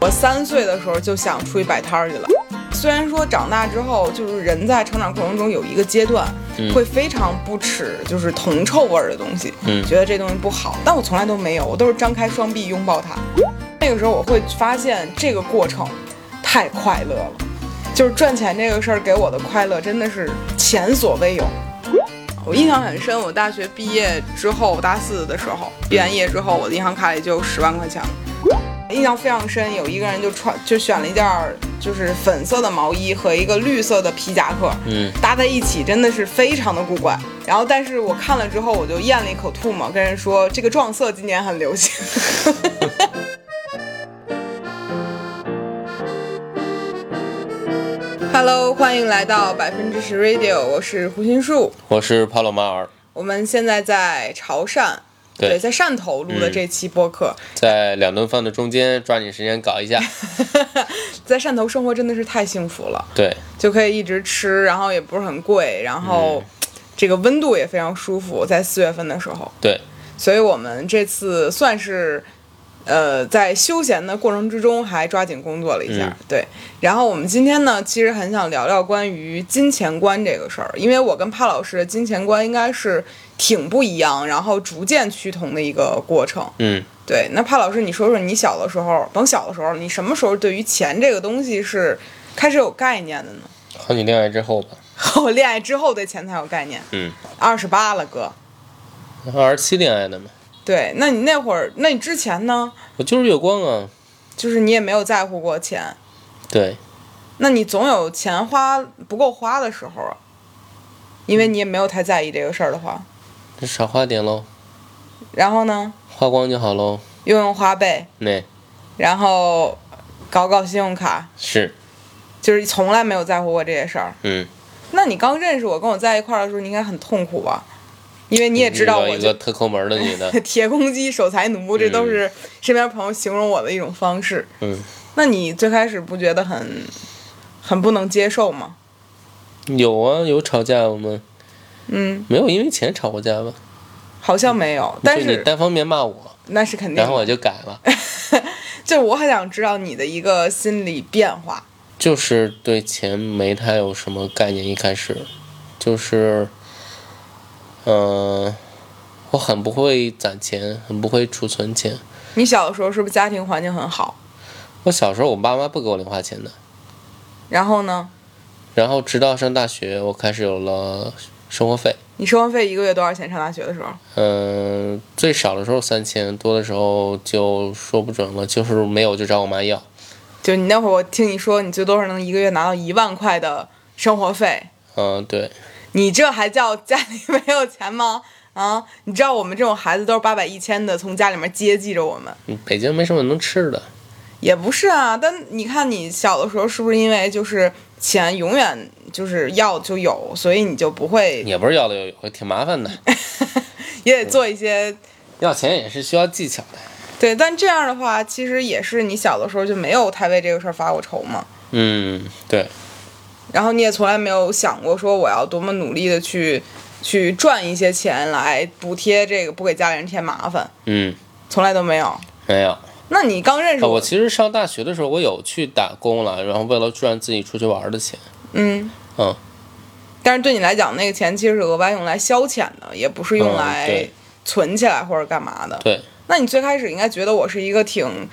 我三岁的时候就想出去摆摊儿去了。虽然说长大之后，就是人在成长过程中有一个阶段，会非常不耻就是铜臭味儿的东西，嗯觉得这东西不好，但我从来都没有，我都是张开双臂拥抱它。那个时候我会发现这个过程太快乐了，就是赚钱这个事儿给我的快乐真的是前所未有。我印象很深，我大学毕业之后，我大四的时候，毕完业之后，我的银行卡里就有十万块钱了。印象非常深，有一个人就穿就选了一件儿就是粉色的毛衣和一个绿色的皮夹克，嗯，搭在一起真的是非常的古怪。然后，但是我看了之后，我就咽了一口吐沫，跟人说这个撞色今年很流行。Hello，欢迎来到百分之十 Radio，我是胡心树，我是帕洛马尔，我们现在在潮汕，对嗯在汕头录的这期播客，在两顿饭的中间抓紧时间搞一 下。 在汕头生活真的是太幸福了。对，就可以一直吃，然后也不是很贵，然后这个温度也非常舒服，在四月份的时候，对，所以我们这次算是。呃，在休闲的过程之中，还抓紧工作了一下，嗯对。然后我们今天呢，其实很想聊聊关于金钱观这个事儿，因为我跟帕老师的金钱观应该是挺不一样，然后逐渐趋同的一个过程。嗯，对，那帕老师，你说说你小的时候，甭小的时候，你什么时候对于钱这个东西是开始有概念的呢？和你恋爱之后吧，和 我恋爱之后对钱才有概念。嗯，二十八了，哥。二十七恋爱的嘛，对，那你那会儿，那你之前呢？我就是月光啊。就是你也没有在乎过钱，对，那你总有钱花不够花的时候啊，因为你也没有太在意这个事儿的话。那少花点喽，然后呢，花光就好喽。用用花呗，那然后搞搞信用卡，是，就是从来没有在乎过这些事儿。嗯，那你刚认识我，跟我在一块儿的时候，你应该很痛苦吧？因为你也知道遇到我一就个特抠门的女 的， 铁公鸡、守财奴，这都是身边朋友形容我的一种方式。嗯，那你最开始不觉得很很不能接受吗？有啊，有吵架我们嗯，没有因为钱吵过架吧？好像没有，但就你是单方面骂我，那是肯定然后的。我就改了，就我很想知道你的一个心理变化。就是对钱没太有什么概念，一开始，就是，嗯、我很不会攒钱，很不会储存钱。你小的时候是不是家庭环境很好？我小时候我爸妈不给我零花钱的，然后呢，然后直到上大学，我开始有了生活费，你生活费一个月多少钱？上大学的时候，嗯、最少的时候三千，多的时候就说不准了，就是没有就找我妈要，就你那会儿，我听你说你最多是能一个月拿到一万块的生活费，嗯、对，你这还叫家里没有钱吗？ 啊，你知道我们这种孩子都是八百一千的，从家里面接济着我们。北京没什么能吃的，也不是啊，但你看你小的时候是不是因为就是钱永远就是要就有，所以你就不会也不是要了有，挺麻烦的， 也得做一些要钱也是需要技巧的，对，但这样的话其实也是你小的时候就没有太为这个事儿发过愁嘛，嗯，对。然后你也从来没有想过说我要多么努力的去去赚一些钱来补贴这个不给家里人添麻烦，嗯，从来都没有。没有。啊那你刚认识哦我我，其实上大学的时候，我有去打工了，然后为了赚自己出去玩的钱。嗯，嗯，但是对你来讲那个钱其实是额外用来消遣的，也不是用嗯来对存起来或者干嘛的。对，那你最开始应该觉得我是一个挺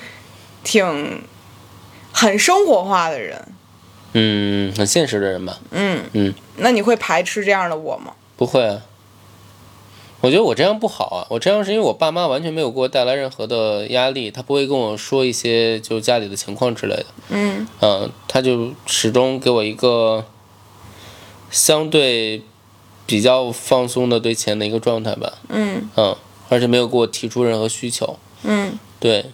挺很生活化的人，嗯，很现实的人吧。嗯嗯，那你会排斥这样的我吗？不会啊。我觉得我这样不好啊，我这样是因为我爸妈完全没有给我带来任何的压力，他不会跟我说一些就家里的情况之类的。嗯，嗯，他就始终给我一个相对比较放松的对钱的一个状态吧。嗯嗯，而且没有给我提出任何需求。嗯，对，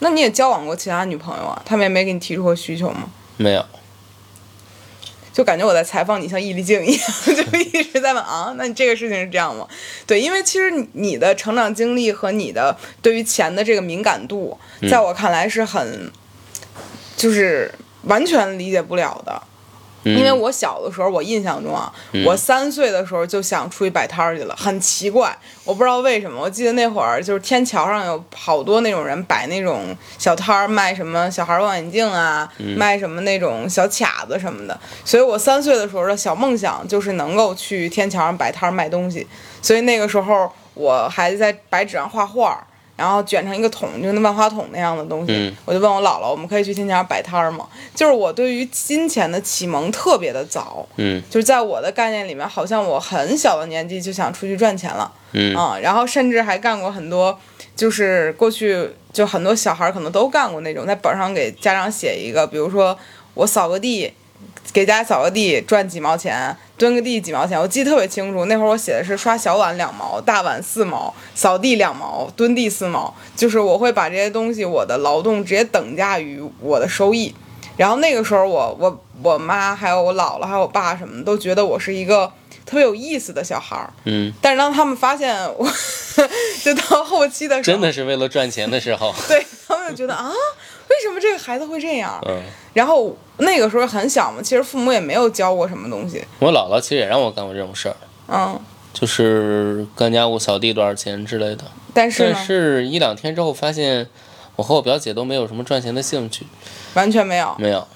那你也交往过其他女朋友啊？她们也没给你提出过需求吗？没有。就感觉我在采访你，像易立竞一样， 就一直在问啊，那你这个事情是这样吗？对，因为其实你你的成长经历和你的对于钱的这个敏感度，在我看来是很，就是完全理解不了的。嗯因为我小的时候，我印象中啊，我三岁的时候就想出去摆摊儿去了，很奇怪，我不知道为什么。我记得那会儿就是天桥上有好多那种人摆那种小摊儿，卖什么小孩儿望远镜啊，卖什么那种小卡子什么的。所以我三岁的时候的小梦想就是能够去天桥上摆摊儿卖东西。所以那个时候我还在白纸上画画儿。然后卷成一个桶，就跟万花筒那样的东西。嗯我就问我姥姥，我们可以去天桥上摆摊儿吗？就是我对于金钱的启蒙特别的早，嗯就是在我的概念里面，好像我很小的年纪就想出去赚钱了。嗯啊，然后甚至还干过很多，就是过去就很多小孩儿可能都干过那种，在本上给家长写一个，比如说我扫个地，给家扫个地赚几毛钱，蹲个地几毛钱，我记得特别清楚。那会儿我写的是刷小碗两毛，大碗四毛，扫地两毛，蹲地四毛，就是我会把这些东西我的劳动直接等价于我的收益。然后那个时候我我我妈还有我姥姥还有我爸什么的都觉得我是一个特别有意思的小孩儿，嗯，但是当他们发现我， 就到后期的时候，真的是为了赚钱的时候，对他们就觉得啊，为什么这个孩子会这样？ 嗯，然后那个时候很小嘛，其实父母也没有教我什么东西，我姥姥其实也让我干过这种事儿，嗯，就是干家务、扫地多少钱之类的。但是但呢，是，一两天之后发现，我和我表姐都没有什么赚钱的兴趣，完全没有。没有。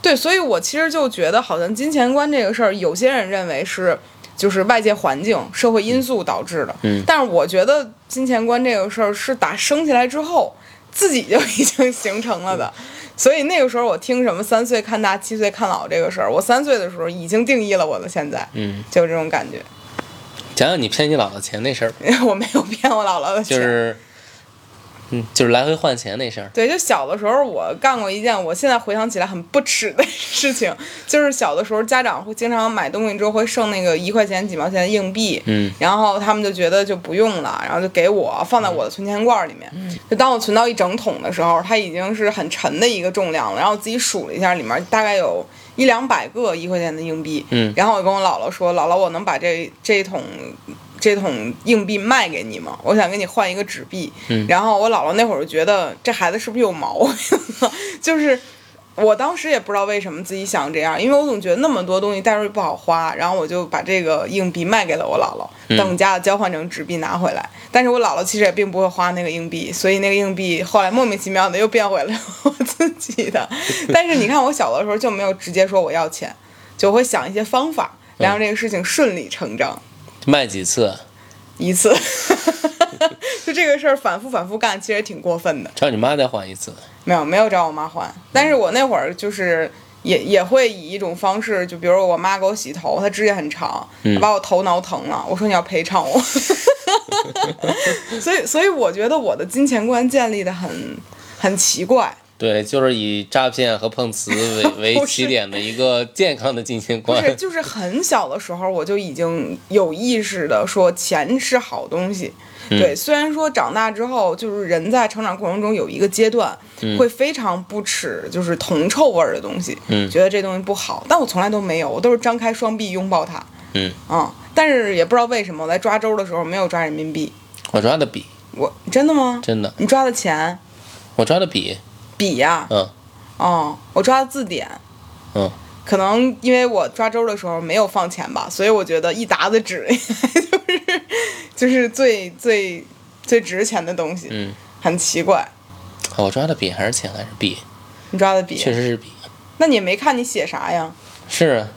对，所以我其实就觉得，好像金钱观这个事儿，有些人认为是就是外界环境、社会因素导致的，嗯但是我觉得金钱观这个事儿是打生下来之后自己就已经形成了嗯的。所以那个时候，我听什么三岁看大、七岁看老这个事儿，我三岁的时候已经定义了我的现在，嗯，就这种感觉。讲讲你骗你姥姥钱那事儿吧，我没有骗我姥姥的钱，就是，嗯，就是来回换钱那事儿。对，就小的时候我干过一件我现在回想起来很不耻的 事情，就是小的时候家长会经常买东西之后会剩那个一块钱、几毛钱的硬币，嗯然后他们就觉得就不用了，然后就给我放在我的存钱罐里面。嗯就当我存到一整桶的时候，它已经是很沉的一个重量了。然后我自己数了一下，里面大概有一两百个一块钱的硬币。嗯然后我跟我姥姥说：“姥姥，我能把这这一桶这桶硬币卖给你吗？我想跟你换一个纸币。嗯然后我姥姥那会儿就觉得这孩子是不是有毛病啊？ 就是我当时也不知道为什么自己想这样，因为我总觉得那么多东西带出去不好花，然后我就把这个硬币卖给了我姥姥，等价交换成纸币拿回来。但是我姥姥其实也并不会花那个硬币，所以那个硬币后来莫名其妙的又变回了 我自己的。但是你看，我小的时候就没有直接说我要钱，就会想一些方法，来让这个事情顺理成章。卖几次？一次， 就这个事儿反复反复干，其实也挺过分的。找你妈再换一次。没有没有找我妈还，但是我那会儿就是也也会以一种方式，就比如我妈给我洗头，她指甲很长，她把我头挠疼了，我说你要赔偿我。所以所以我觉得我的金钱观建立的很很奇怪，对，就是以诈骗和碰瓷 为为不是起点的一个健康的金钱不观。是就是很小的时候我就已经有意识的说钱是好东西。嗯对，虽然说长大之后，就是人在成长过程中有一个阶段，会非常不耻，就是铜臭味儿的东西，嗯觉得这东西不好，但我从来都没有，我都是张开双臂拥抱它，嗯，嗯，但是也不知道为什么，我在抓周的时候没有抓人民币，我抓的笔，我真的吗？真的，你抓的钱我抓的笔，笔呀、嗯哦，我抓的字典，嗯，可能因为我抓周的时候没有放钱吧，所以我觉得一沓子纸 就是就是最最最值钱的东西，嗯，很奇怪。哦我抓的笔还是钱还是笔，你抓的笔，确实是笔。那你也没看你写啥呀？是啊，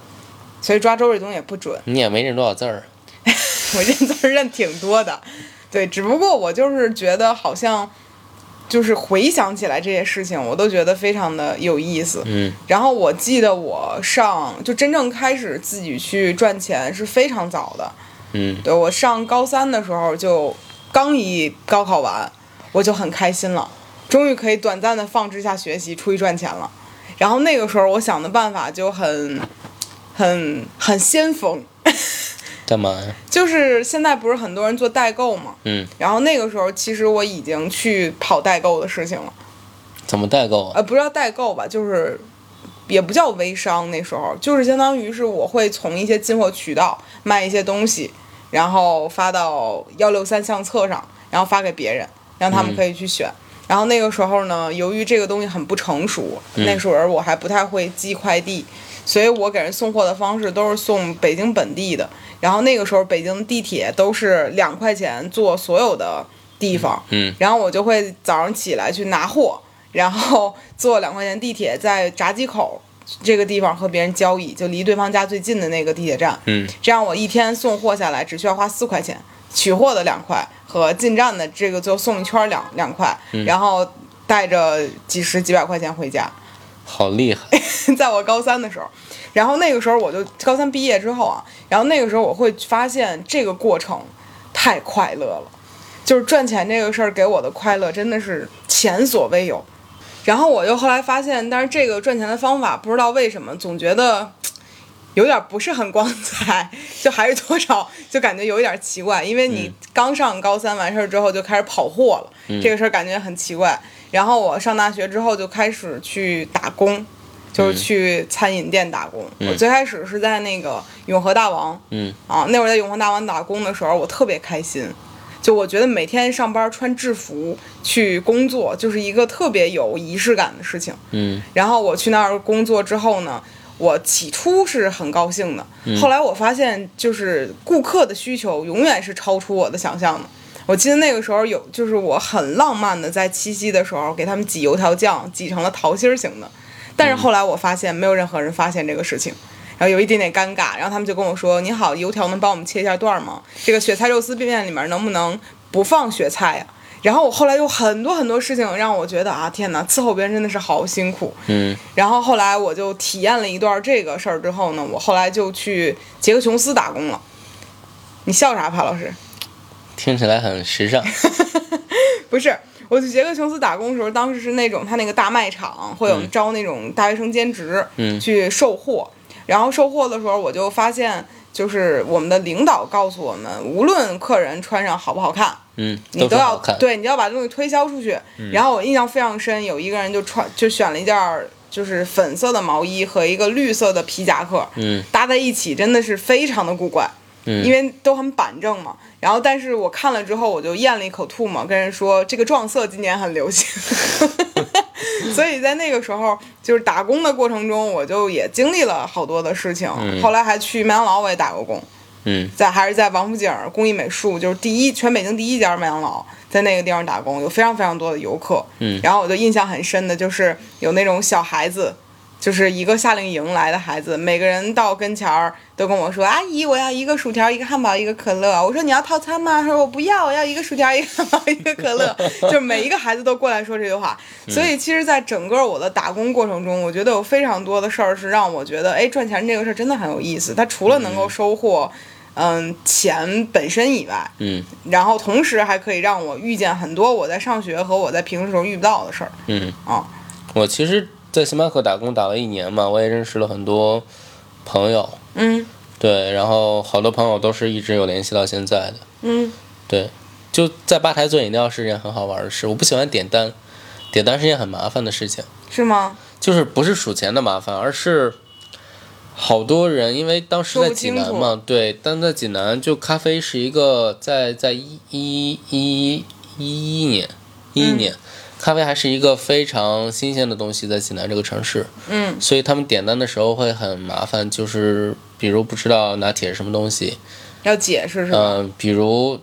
所以抓周这东西也不准，你也没认多少字儿。我认字儿认挺多的， 对，只不过我就是觉得好像，就是回想起来这些事情，我都觉得非常的有意思。嗯然后我记得我上就真正开始自己去赚钱是非常早的，嗯对我上高三的时候就刚一高考完，我就很开心了，终于可以短暂的放置下学习，出去赚钱了。然后那个时候我想的办法就很、很、很先锋，干嘛呀？就是现在不是很多人做代购嘛，嗯，然后那个时候其实我已经去跑代购的事情了，怎么代购啊？呃，不叫代购吧，就是也不叫微商，那时候就是相当于是我会从一些进货渠道卖一些东西，然后发到幺六三相册上，然后发给别人，让他们可以去选。然后那个时候呢，由于这个东西很不成熟，那时候我还不太会寄快递，所以我给人送货的方式都是送北京本地的。然后那个时候北京地铁都是两块钱坐所有的地方，嗯，然后我就会早上起来去拿货，然后坐两块钱地铁在闸机口这个地方和别人交易，就离对方家最近的那个地铁站，嗯，这样我一天送货下来只需要花四块钱，取货的两块和进站的这个就送一圈两两块，嗯然后带着几十几百块钱回家。好厉害， 在我高三的时候，然后那个时候我就高三毕业之后啊，然后那个时候我会发现这个过程太快乐了，就是赚钱这个事儿给我的快乐真的是前所未有。然后我又后来发现，但是这个赚钱的方法不知道为什么总觉得有点不是很光彩，就还是多少就感觉有一点奇怪，因为你刚上高三完事儿之后就开始跑货了，这个事儿感觉很奇怪。然后我上大学之后就开始去打工，就是去餐饮店打工。我最开始是在那个永和大王，嗯啊，那会儿在永和大王打工的时候，我特别开心。就我觉得每天上班穿制服去工作，就是一个特别有仪式感的事情。嗯然后我去那儿工作之后呢，我起初是很高兴的，后来我发现就是顾客的需求永远是超出我的想象的。我记得那个时候有，就是我很浪漫的在七夕的时候给他们挤油条酱，挤成了桃心儿型的。但是后来我发现没有任何人发现这个事情，然后有一点点尴尬，然后他们就跟我说：“你好，油条能帮我们切一下段儿吗？这个雪菜肉丝面里面能不能不放雪菜呀、然后我后来有很多很多事情让我觉得啊，天哪，伺候别人真的是好辛苦。嗯然后后来我就体验了一段这个事儿之后呢，我后来就去杰克琼斯打工了。你笑啥，帕老师？听起来很时 尚，不是，我去杰克琼斯打工的时候，当时是那种他那个大卖场会有招那种大学生兼职，嗯去售货。然后售货的时候，我就发现，就是我们的领导告诉我们，无论客人穿上好不好看，嗯，你是都要好看，对，你要把东西推销出去。然后我印象非常深，有一个人就穿就选了一件儿就是粉色的毛衣和一个绿色的皮夹克，嗯搭在一起真的是非常的古怪，嗯因为都很板正嘛。然后，但是我看了之后，我就咽了一口吐沫，跟人说这个撞色今年很流行。所以在那个时候，就是打工的过程中，我就也经历了好多的事情。后来还去麦当劳，我也打过工。嗯在还是在王府井儿工艺美术，就是第一全北京第一家麦当劳，在那个地方打工，有非常非常多的游客。嗯然后我就印象很深的就是有那种小孩子，就是一个夏令营来的孩子，每个人到跟前儿都跟我说：“阿姨，我要一个薯条，一个汉堡，一个可乐。”我说：“你要套餐吗？”他说：“我不要，我要一个薯条，一个汉堡，一个可乐。” 就是每一个孩子都过来说这句话。所以其实，在整个我的打工过程中，我觉得有非常多的事儿是让我觉得，哎，赚钱这个事儿真的很有意思。它除了能够收获。嗯，钱本身以外，嗯然后同时还可以让我遇见很多我在上学和我在平时时候遇不到的事儿嗯，啊。我其实，在星巴克打工打了一年嘛，我也认识了很多朋友，嗯对，然后好多朋友都是一直有联系到现在的，嗯对，就在吧台做饮料是一件很好玩的事，我不喜欢点单，点单是一件很麻烦的事情。是吗？就是不是数钱的麻烦，而是好多人因为当时在济南说不嘛，对，但在济南就咖啡是一个在在一一一一一年一一嗯年，咖啡还是一个非常新鲜的东西，在济南这个城市，嗯所以他们点单的时候会很麻烦，就是比如不知道拿铁是什么东西，要解释是嗯、吧？比如。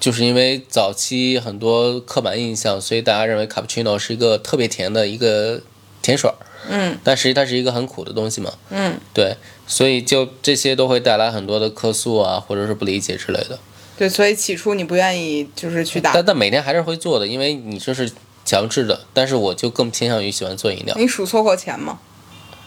就是因为早期很多刻板印象，所以大家认为卡布奇诺是一个特别甜的一个甜水儿，嗯但实际它是一个很苦的东西嘛，嗯，对，所以就这些都会带来很多的客诉啊，或者是不理解之类的。对，所以起初你不愿意就是去打但，但每天还是会做的，因为你这是强制的。但是我就更偏向于喜欢做饮料。你数错过钱吗？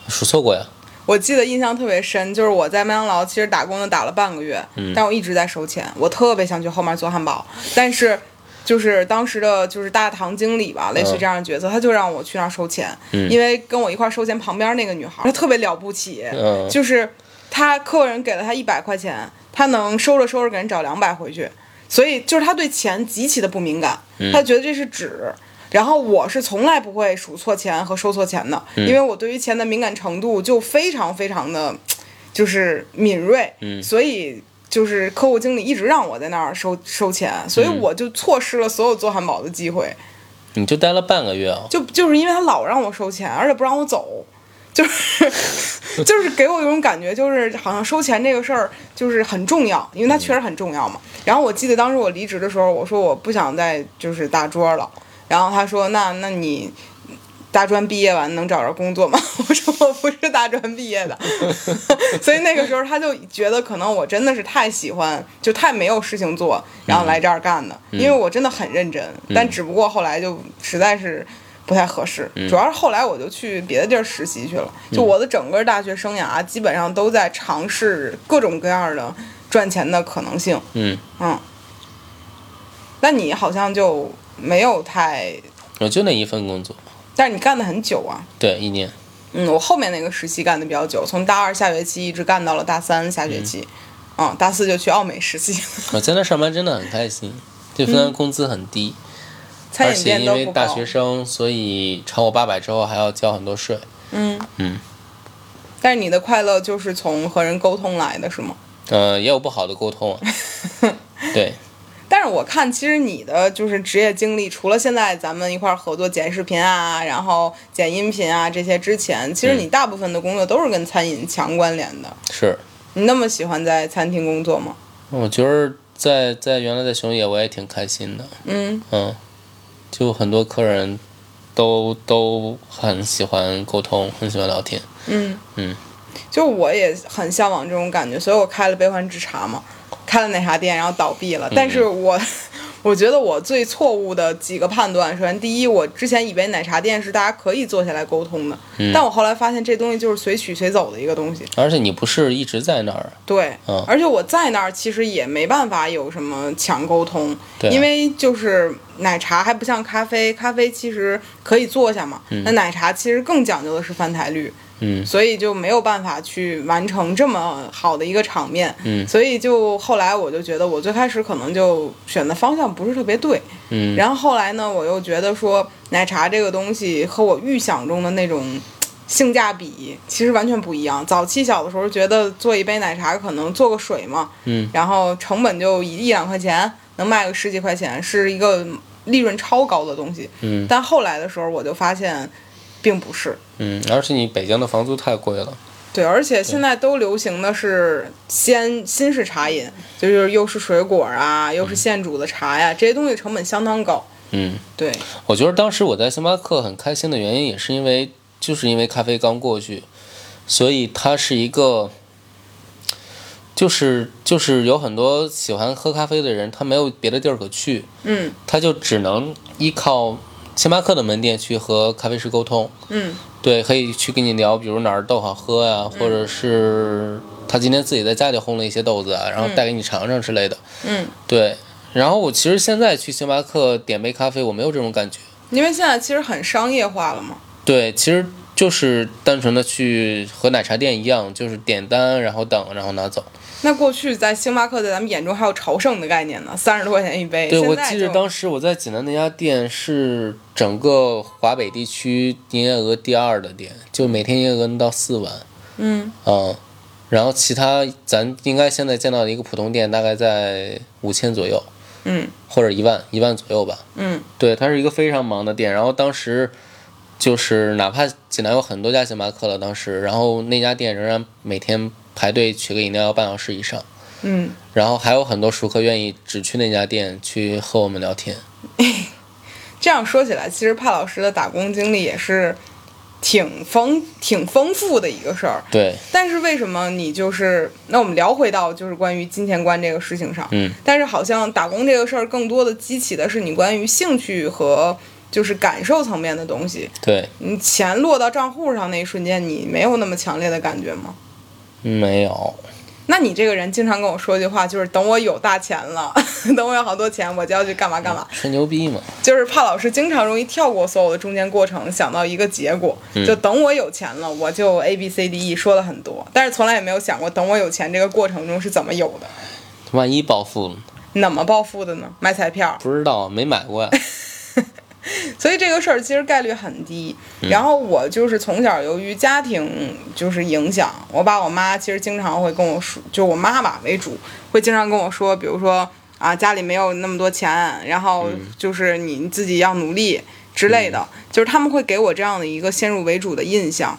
数错过呀？我记得印象特别深，就是我在麦当劳其实打工就打了半个月，但我一直在收钱。我特别想去后面做汉堡，但是就是当时的就是大堂经理吧，类似于这样的角色，他就让我去那儿收钱，因为跟我一块儿收钱旁边那个女孩，她特别了不起，嗯就是她客人给了她一百块钱，她能收着收着给人找两百回去，所以就是她对钱极其的不敏感，她觉得这是纸。然后我是从来不会数错钱和收错钱的，因为我对于钱的敏感程度就非常非常的，就是敏锐，所以就是客户经理一直让我在那儿收收钱，所以我就错失了所有做汉堡的机会，你就待了半个月啊？就就是因为他老让我收钱，而且不让我走，就是 就是给我一种感觉，就是好像收钱这个事儿就是很重要，因为它确实很重要嘛。然后我记得当时我离职的时候，我说我不想再就是大桌了，然后他说那那你。大专毕业完能找着工作吗？ 我说我不是大专毕业的， 所以那个时候他就觉得可能我真的是太喜欢，就太没有事情做，然后来这儿干的，因为我真的很认真，但只不过后来就实在是不太合适，主要是后来我就去别的地儿实习去了，就我的整个大学生涯基本上都在尝试各种各样的赚钱的可能性，嗯，嗯，但你好像就没有太，我就那一份工作，但是你干的很久啊，对，一年，嗯，我后面那个时期干的比较久，从大二下学期一直干到了大三下学期，嗯大四就去奥美实习，我在那上班真的很开心，对，虽然工资很低，餐而饮且店因都为不大高学。生，所以超过八百之后还要交很多税，嗯，嗯，但是你的快乐就是从和人沟通来的，是吗？ 呃，也有不好的沟通啊，对，但是我看，其实你的就是职业经历，除了现在咱们一块儿合作剪视频啊，然后剪音频啊这些之前，其实你大部分的工作都是跟餐饮强关联的。是，你那么喜欢在餐厅工作吗？我觉得在在原来在熊野我也挺开心的，嗯，嗯，就很多客人都都很喜欢沟通，很喜欢聊天，嗯嗯，就我也很向往这种感觉，所以我开了悲欢之茶嘛，开了奶茶店，然后倒闭嗯了。但是我， 我觉得我最错误的几个判断，首先第一，我之前以为奶茶店是大家可以坐下来沟通的，嗯但我后来发现这东西就是随取随走的一个东西。而且你不是一直在那儿，对，嗯而且我在那儿其实也没办法有什么强沟通，对啊因为就是奶茶还不像咖啡，咖啡其实可以坐下嘛，那奶茶其实更讲究的是翻台率，嗯所以就没有办法去完成这么好的一个场面。嗯所以就后来我就觉得，我最开始可能就选的方向不是特别对。嗯然后后来呢，我又觉得说奶茶这个东西和我预想中的那种嘖性价比其实完全不一样。早期小的时候觉得做一杯奶茶可能做个水嘛，嗯，然后成本就一一两块钱，能卖个十几块钱，是一个利润超高的东西。嗯但后来的时候，我就发现并不是。嗯，而且你北京的房租太贵了，对，而且现在都流行的是鲜新式茶饮，就是又是水果啊，又是现煮的茶呀，这些东西成本相当高。嗯。对，我觉得当时我在星巴克很开心的原因，也是因为就是因为咖啡刚过去，所以它是一个，就是就是有很多喜欢喝咖啡的人，他没有别的地儿可去，嗯他就只能依靠星巴克的门店去和咖啡师沟通。嗯对，可以去跟你聊，比如哪儿豆好喝呀、或者是他今天自己在家里烘了一些豆子啊，然后带给你尝尝之类的。嗯，对，然后我其实现在去星巴克点杯咖啡，我没有这种感觉。因为现在其实很商业化了嘛。对，其实就是单纯的去和奶茶店一样，就是点单，然后等，然后拿走。那过去在星巴克在咱们眼中还有朝圣的概念呢，三十多块钱一杯。对，现我在记得就当时我在济南那家店是整个华北地区营业额第二的店，就每天营业额能到四万。嗯嗯，然后其他咱应该现在见到的一个普通店，大概在五千左右，嗯或者一万一万左右吧。嗯对，它是一个非常忙的店。然后当时就是哪怕济南有很多家星巴克了，当时，然后那家店仍然每天排队取个饮料要半小时以上。嗯，然后还有很多熟客愿意只去那家店去和我们聊天。这样说起来，其实帕老师的打工经历也是挺丰挺丰富的一个事儿。对，但是为什么你就是？那我们聊回到就是关于金钱观这个事情上，嗯，但是好像打工这个事儿更多的激起的是你关于兴趣和就是感受层面的东西。对，你钱落到账户上那一瞬间，你没有那么强烈的感觉吗？没有，那你这个人经常跟我说一句话，就是等我有大钱了， 等我有好多钱，我就要去干嘛干嘛。吹牛逼嘛。就是怕老师经常容易跳过所有的中间过程，想到一个结果，就等我有钱了，我就 A B C D E 说了很多，但是从来也没有想过等我有钱这个过程中是怎么有的，万一暴富了呢，怎么暴富的呢？买彩票，不知道，没买 过呀。所以这个事儿其实概率很低。然后我就是从小由于家庭就是影响，我爸我妈其实经常会跟我说，就我妈妈为主，会经常跟我说，比如说啊家里没有那么多钱，然后就是你自己要努力之类的，就是他们会给我这样的一个先入为主的印象。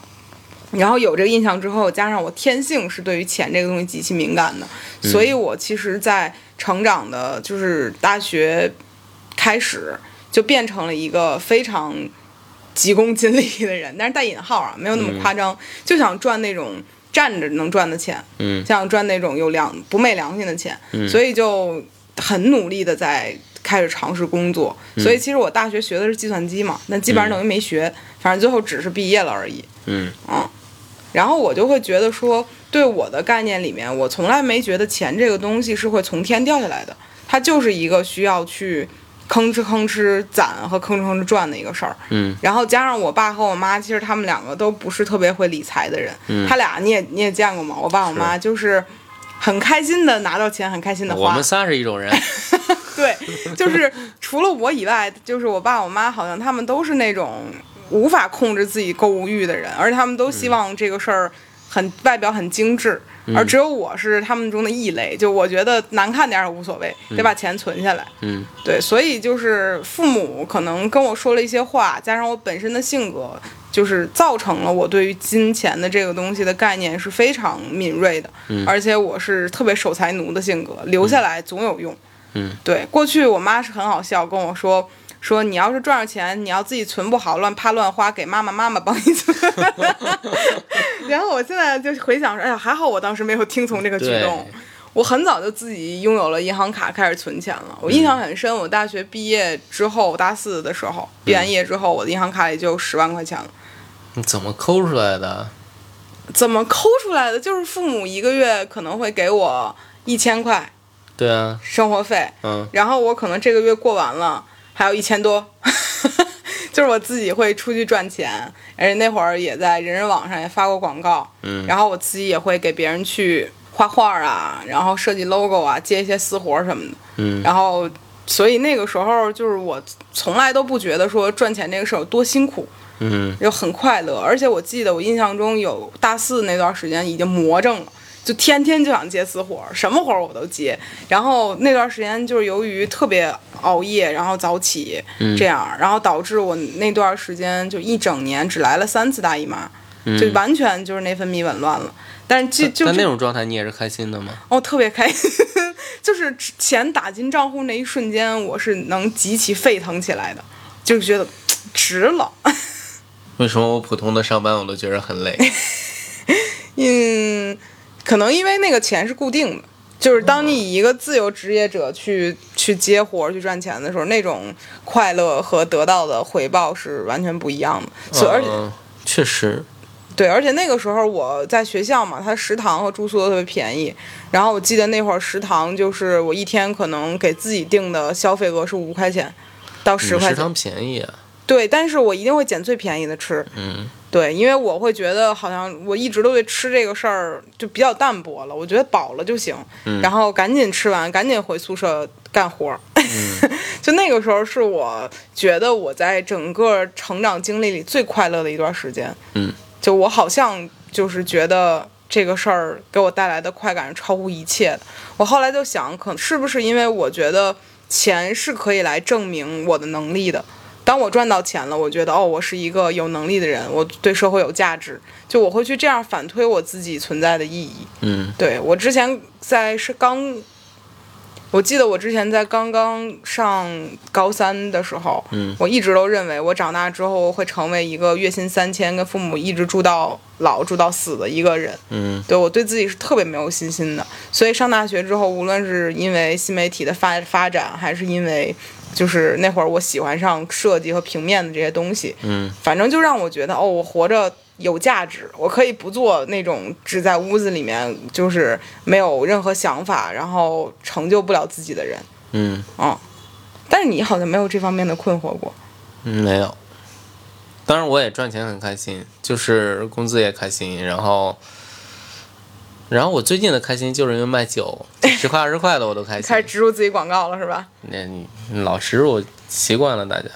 然后有这个印象之后，加上我天性是对于钱这个东西极其敏感的，所以我其实，在成长的，就是大学开始，就变成了一个非常急功近利的人，但是带引号啊，没有那么夸张，就想赚那种站着能赚的钱，嗯想赚那种有良不昧良心的钱，所以就很努力的在开始尝试工作。所以其实我大学学的是计算机嘛，那基本上等于没学，反正最后只是毕业了而已。嗯然后我就会觉得说，对我的概念里面，我从来没觉得钱这个东西是会从天掉下来的，它就是一个需要去吭哧吭哧攒和吭哧吭哧赚的一个事儿。嗯，然后加上我爸和我妈，其实他们两个都不是特别会理财的人，他俩你也你也见过嘛，我爸我妈就是很开心的拿到钱，很开心的我花们。仨是一 种人， 对，就是除了我以外，就是我爸我妈，好像他们都是那种无法控制自己购物欲的人，而且他们都希望这个事儿很外表很精致，而只有我是他们中的异类。就我觉得难看点儿也无所谓，得把钱存下来。嗯对，所以就是父母可能跟我说了一些话，加上我本身的性格，就是造成了我对于金钱的这个东西的概念是非常敏锐的，嗯而且我是特别守财奴的性格，留下来总有用。嗯，对，过去我妈是很好笑，跟我说。说你要是赚着钱，你要自己存不好，乱啪乱花，给妈妈，妈妈帮你 存。然后我现在就回想说，哎呀，还好我当时没有听从这个举对动，我很早就自己拥有了银行卡，开始存钱嗯了。我印象很深，我大学毕业之后，大四的时候，毕嗯完业之后，我的银行卡里就有十万块钱了。你怎么抠出来的？怎么抠出来的？就是父母一个月可能会给我一千块对啊，生活费，嗯然后我可能这个月过完了，还有一千多， 就是我自己会出去赚钱，而且那会儿也在人人网上也发过广告，嗯然后我自己也会给别人去画画啊，然后设计 logo 啊，接一些私活什么的，嗯然后所以那个时候就是我从来都不觉得说赚钱这个事儿有多辛苦，嗯就很快乐，而且我记得我印象中有大四那段时间已经魔怔了。就天天就想接私活儿，什么活儿我都接。然后那段时间就是由于特别熬夜，然后早起嗯这样，然后导致我那段时间就一整年只来了三次大姨妈，就完全就是内分泌紊乱了。但是就就嗯但是那种状态你也是开心的吗？哦，特别开心， 就是钱打进账户那一瞬间，我是能极其沸腾起来的，就是觉得值了。为什么我普通的上班我都觉得很 累？嗯，可能因为那个钱是固定的，就是当你以一个自由职业者去去接活儿、去赚钱的时候，那种快乐和得到的回报是完全不一样的。所以，而且嗯确实，对，而且那个时候我在学校嘛，它食堂和住宿都特别便宜。然后我记得那会儿食堂就是我一天可能给自己定的消费额是五块钱到你十们块食钱，堂便宜啊。对，但是我一定会捡最便宜的吃。嗯对，因为我会觉得好像我一直都对吃这个事儿就比较淡薄了，我觉得饱了就行，嗯然后赶紧吃完，赶紧回宿舍干活儿。嗯 就那个时候是我觉得我在整个成长经历里最快乐的一段时间。嗯，就我好像就是觉得这个事儿给我带来的快感是超乎一切的。我后来就想，可是不是因为我觉得钱是可以来证明我的能力的？当我赚到钱了，我觉得哦，我是一个有能力的人，我对社会有价值，就我会去这样反推我自己存在的意义。嗯对我之前在是刚，我记得我之前在刚刚上高三的时候，嗯我一直都认为我长大之后会成为一个月薪三千，跟父母一直住到老住到死的一个人。嗯对我对自己是特别没有信心的。所以上大学之后，无论是因为新媒体的发发展，还是因为就是那会儿我喜欢上设计和平面的这些东西，嗯，反正就让我觉得哦，我活着。有价值，我可以不做那种只在屋子里面就是没有任何想法，然后成就不了自己的人。嗯但是你好像没有这方面的困惑过，嗯，没有。当然，我也赚钱很开心，就是工资也开心，然后，然后我最近的开心就是因为卖酒，十块二十块的我都开开始心。植入自己广告了是吧？那老实我习惯了大家，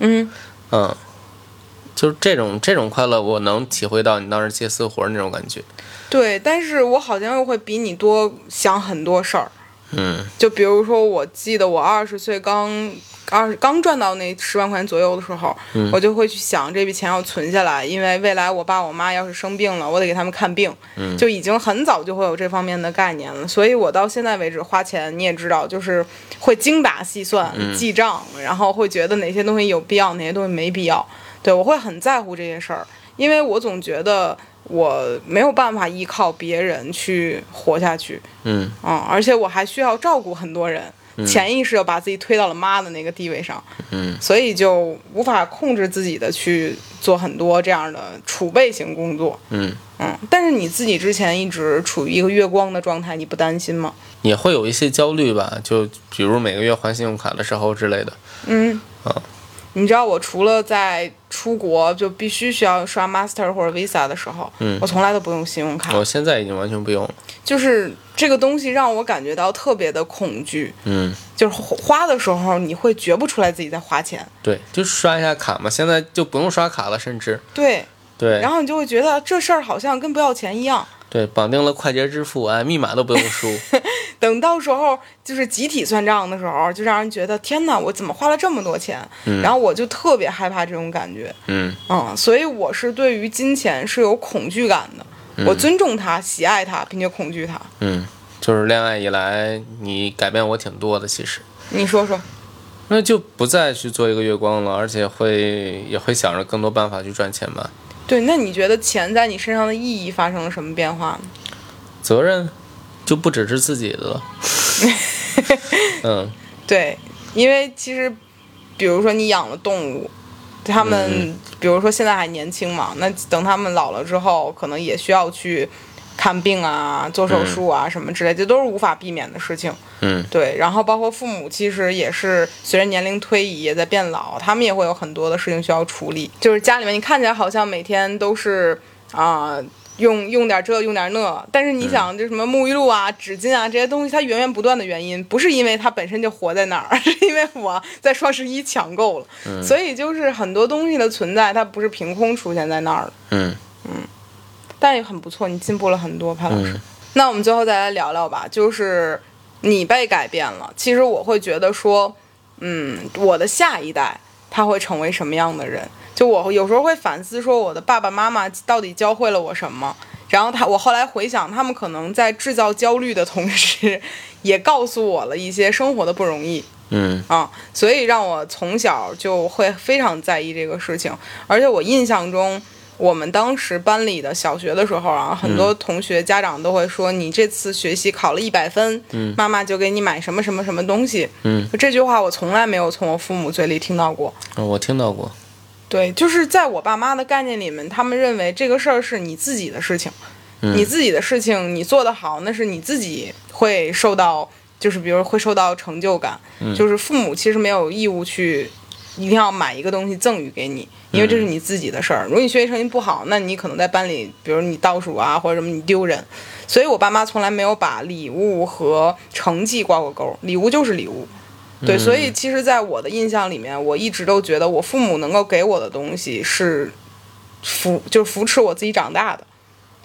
嗯，嗯，就是这种这种快乐，我能体会到你当时接私活那种感觉，对。但是我好像又会比你多想很多事儿，嗯就比如说，我记得我二十岁刚二十刚赚到那十万块钱左右的时候，我就会去想这笔钱要存下来，因为未来我爸我妈要是生病了，我得给他们看病，就已经很早就会有这方面的概念了。所以我到现在为止花钱，你也知道，就是会精打细算、记账，然后会觉得哪些东西有必要，哪些东西没必要。对我会很在乎这些事儿，因为我总觉得我没有办法依靠别人去活下去。嗯嗯，而且我还需要照顾很多人，潜意识要把自己推到了妈的那个地位上，嗯，所以就无法控制自己的去做很多这样的储备型工作，嗯，嗯。但是你自己之前一直处于一个月光的状态，你不担心吗？也会有一些焦虑吧，就比如每个月还信用卡的时候之类的。嗯，啊你知道我除了在出国就必须需要刷 Master 或者 Visa 的时候，嗯我从来都不用信用卡，我现在已经完全不用了。就是这个东西让我感觉到特别的恐惧，嗯，就是花的时候你会觉不出来自己在花钱，对，就刷一下卡嘛，现在就不用刷卡了，甚至对。对然后你就会觉得这事儿好像跟不要钱一样。对，绑定了快捷支付，哎，密码都不用输。等到时候就是集体算账的时候，就让人觉得天哪，我怎么花了这么多钱？然后我就特别害怕这种感觉， 嗯嗯，所以我是对于金钱是有恐惧感的。我尊重它，喜爱它，并且恐惧它。嗯，就是恋爱以来，你改变我挺多的，其实。你说说，那就不再去做一个月光了，而且会也会想着更多办法去赚钱吧。对，那你觉得钱在你身上的意义发生了什么变化呢？责任就不只是自己的了。 嗯，对，因为其实，比如说你养了动物，他们、比如说现在还年轻嘛，那等他们老了之后，可能也需要去看病啊、做手术啊、什么之类，这都是无法避免的事情。嗯，对。然后包括父母，其实也是随着年龄推移也在变老，他们也会有很多的事情需要处理。就是家里面你看起来好像每天都是啊。用用点这用点那，但是你想，这什么沐浴露啊、纸巾啊这些东西，它源源不断的原因，不是因为它本身就活在那儿， 是因为我在双十一抢购了，所以就是很多东西的存在，它不是凭空出现在那儿的，嗯但也很不错，你进步了很多，潘老师。那我们最后再来聊聊吧，就是你被改变了，其实我会觉得说，嗯，我的下一代他会成为什么样的人？就我有时候会反思，说我的爸爸妈妈到底教会了我什么？然后他，我后来回想，他们可能在制造焦虑的同时， 也告诉我了一些生活的不容易。嗯啊，所以让我从小就会非常在意这个事情。而且我印象中，我们当时班里的小学的时候啊，很嗯多同学家长都会说，你这次学习考了一百分，妈妈就给你买什么什么什么东西。嗯，这句话我从来没有从我父母嘴里听到过。哦我听到过。对，就是在我爸妈的概念里面，他们认为这个事儿是你自己的事情，你自己的事情你做得好，那是你自己会受到，就是比如会受到成就感，就是父母其实没有义务去一定要买一个东西赠予给你，因为这是你自己的事儿。如果你学习成绩不好，那你可能在班里，比如你倒数啊或者什么，你丢人。所以我爸妈从来没有把礼物和成绩挂过钩，礼物就是礼物。对，所以其实，在我的印象里面，我一直都觉得我父母能够给我的东西是扶，就是扶持我自己长大的，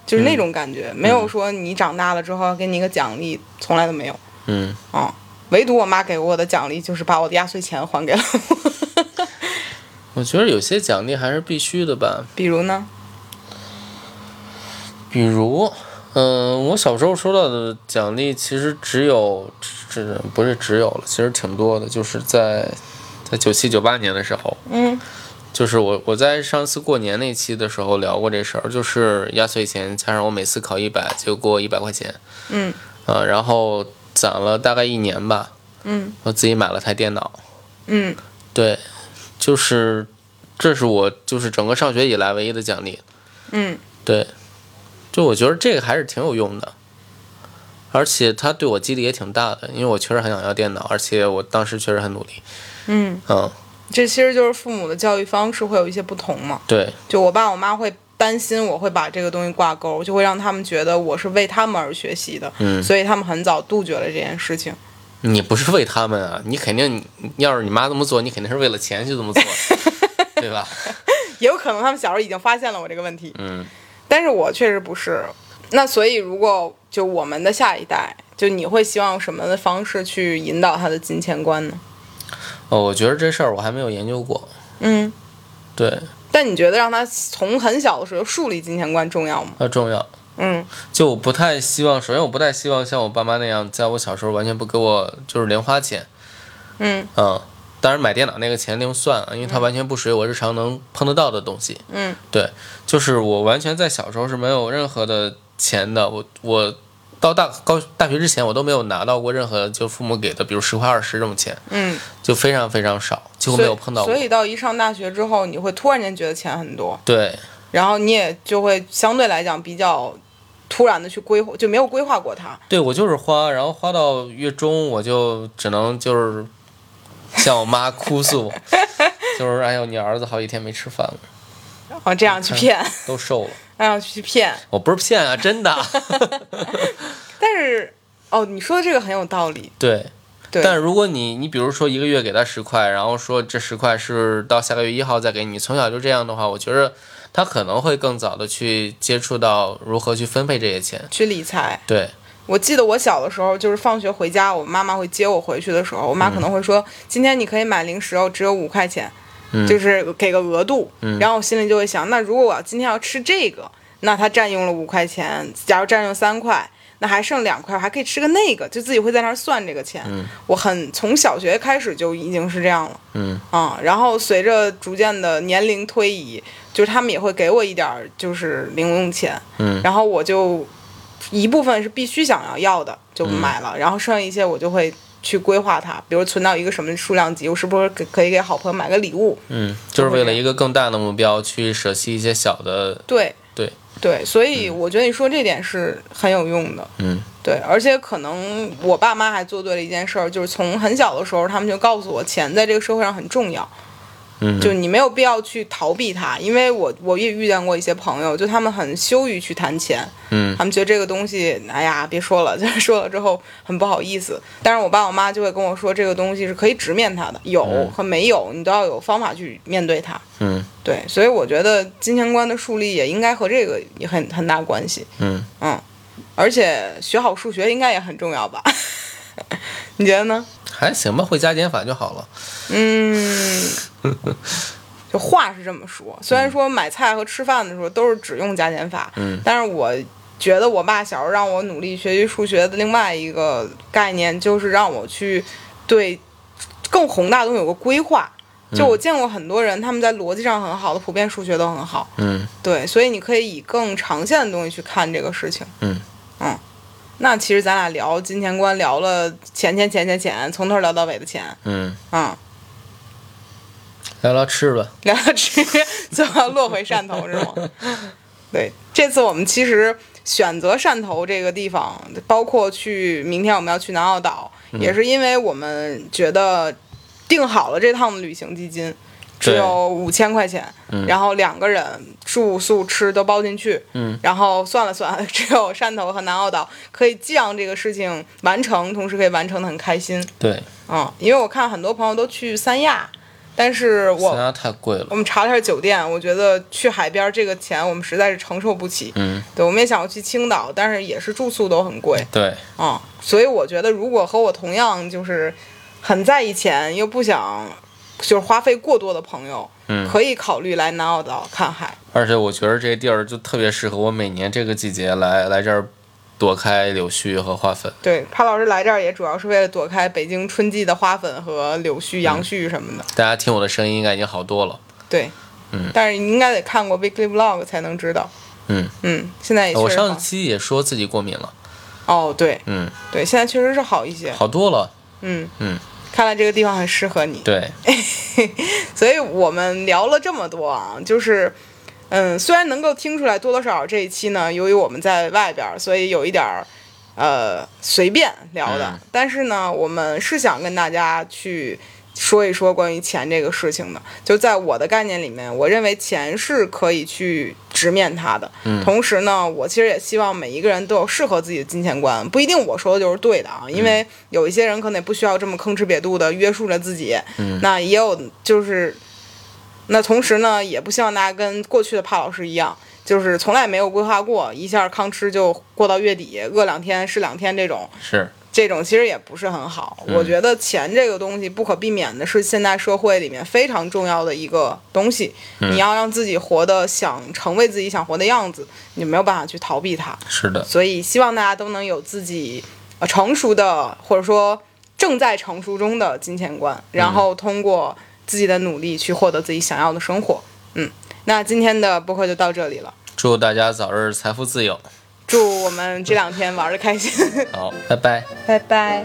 就是那种感觉，没有说你长大了之后给你一个奖励，从来都没有。嗯，啊，唯独我妈给我的奖励就是把我的压岁钱还给了我。 我觉得有些奖励还是必须的吧，比如呢？比如，嗯、我小时候收到的奖励其实只有，只不是只有了，其实挺多的，就是在在九七九八年的时候，嗯，就是我我在上次过年那期的时候聊过这事儿，就是压岁钱加上我每次考一百就给我一百块钱，嗯，啊、然后攒了大概一年吧，嗯，我自己买了台电脑，嗯，对，就是这是我就是整个上学以来唯一的奖励，嗯，对，就我觉得这个还是挺有用的，而且它对我激励也挺大的，因为我确实很想要电脑，而且我当时确实很努力。嗯嗯，这其实就是父母的教育方式会有一些不同嘛。对，就我爸我妈会担心我会把这个东西挂钩，就会让他们觉得我是为他们而学习的，嗯所以他们很早杜绝了这件事情。你不是为他们啊，你肯定要是你妈这么做，你肯定是为了钱去这么做， 对吧？也有可能他们小时候已经发现了我这个问题，嗯但是我确实不是。那所以，如果就我们的下一代，就你会希望什么的方式去引导他的金钱观呢？哦，我觉得这事儿我还没有研究过。嗯，对，但你觉得让他从很小的时候树立金钱观重要吗？它重要。嗯就我不太希望，首先我不太希望像我爸妈那样，在我小时候完全不给我就是零花钱。嗯嗯，当然买电脑那个钱另算啊，因为它完全不属于我日常能碰得到的东西。嗯对，就是我完全在小时候是没有任何的钱的，我我到大高大学之前我都没有拿到过任何就父母给的，比如十块二十这种钱，嗯，就非常非常少，几所乎没以有碰到过所。以到一上大学之后，你会突然间觉得钱很多，对然后你也就会相对来讲比较突然的去规划，就没有规划过它。对，我就是花，然后花到月中我就只能就是向我 妈哭诉，就是哎呦你儿子好几天没吃饭了，然后这样嗯去骗， 都瘦了。然后去骗。我不是骗啊， 真的。但是哦，你说的这个很有道理。对，对，但如果你你比如说一个月给他十块，然后说这十块是到下个月一号再给你，从小就这样的话，我觉着他可能会更早的去接触到如何去分配这些钱。去理财。对，我记得我小的时候，就是放学回家，我妈妈会接我回去的时候，我妈可能会说：“今天你可以买零食哦，只有五块钱，嗯就是给个额度。然后我心里就会想，那如果我要今天要吃这个，那它占用了五块钱，假如占用三块。那还剩两块，我还可以吃个那个，就自己会在那儿算这个钱。我很从小学开始就已经是这样了。嗯啊、然后随着逐渐的年龄推移，就是他们也会给我一点儿就是零用钱，嗯然后我就一部分是必须想要要的就买嗯了，然后剩下一些我就会去规划它，比如存到一个什么数量级，我是不是给可以给好朋友买个礼物？嗯，就是为了一个更大的目标去舍弃一些小的。对对，对，所以我觉得你说这点是很有用的。嗯对，而且可能我爸妈还做对了一件事儿，就是从很小的时候，他们就告诉我，钱在这个社会上很重要。嗯就你没有必要去逃避它，因为我我也遇见过一些朋友，就他们很羞于去谈钱，嗯他们觉得这个东西，哎呀，别说了， 就是说了之后很不好意思。但是我爸我妈就会跟我说，这个东西是可以直面它的，有和没有，你都要有方法去面对它。嗯对，所以我觉得金钱观的树立也应该和这个也很很大关系。嗯，嗯，而且学好数学应该也很重要吧？ 你觉得呢？还行吧，会加减法就好了。嗯，就话是这么说，虽然说买菜和吃饭的时候都是只用加减法，嗯但是我觉得我爸小时候让我努力学习数学的另外一个概念，就是让我去对更宏大的东西有个规划。就我见过很多人，他们在逻辑上很好的，普遍数学都很好，嗯对，所以你可以以更长线的东西去看这个事情。嗯那其实咱俩聊金钱观，聊了钱钱钱钱钱，从头聊到尾的钱，嗯，嗯。聊聊吃吧。聊到吃，最后要落回汕头是吗？对，这次我们其实选择汕头这个地方，包括去明天我们要去南澳岛，嗯也是因为我们觉得定好了这趟旅行基金只对有五千块钱，然后两个人住宿吃都包进去，嗯然后算了算，只有汕头和南澳岛可以既让这个事情完成，同时可以完成的很开心对，啊、因为我看很多朋友都去三亚。但是我三亚太贵了我。们查了一下酒店，我觉得去海边这个钱我们实在是承受不起。嗯，对，我们也想要去青岛，但是也是住宿都很贵对，啊、所以我觉得，如果和我同样就是很在意钱又不想就是花费过多的朋友，嗯可以考虑来南澳岛看海。而且我觉得这地儿就特别适合我每年这个季节来来这儿躲开柳絮和花粉。对，潘老师来这儿也主要是为了躲开北京春季的花粉和柳嗯絮、杨絮什么的。大家听我的声音应该已经好多了。对，嗯但是你应该得看过 Weekly Vlog 才能知道。嗯，嗯，现在也确我实上好期也说自己过敏了，哦，对嗯，对，现在确实是好一些。好多了。嗯。嗯，看来这个地方很适合你。对，所以我们聊了这么多啊，就是，嗯，虽然能够听出来多多少少这一期呢，由于我们在外边儿，所以有一点儿，呃，随便聊的。嗯但是呢，我们是想跟大家去说一说关于钱这个事情的。就在我的概念里面，我认为钱是可以去直面它的。嗯同时呢，我其实也希望每一个人都有适合自己的金钱观，不一定我说的就是对的啊，嗯因为有一些人可能也不需要这么吭哧瘪肚的约束着自己。嗯那也有就是，那同时呢，也不希望大家跟过去的帕老师一样。就是从来没有规划过，一下吭哧就过到月底，饿两天是两天这种，是，这种其实也不是很好。我觉得钱这个东西不可避免的是现代社会里面非常重要的一个东西。你要让自己活得想成为自己想活的样子，你没有办法去逃避它。是的，所以希望大家都能有自己呃成熟的，或者说正在成熟中的金钱观，然后通过自己的努力去获得自己想要的生活。嗯，那今天的播客就到这里了，祝大家早日财富自由。祝我们这两天玩的开心， 好，拜拜。拜拜。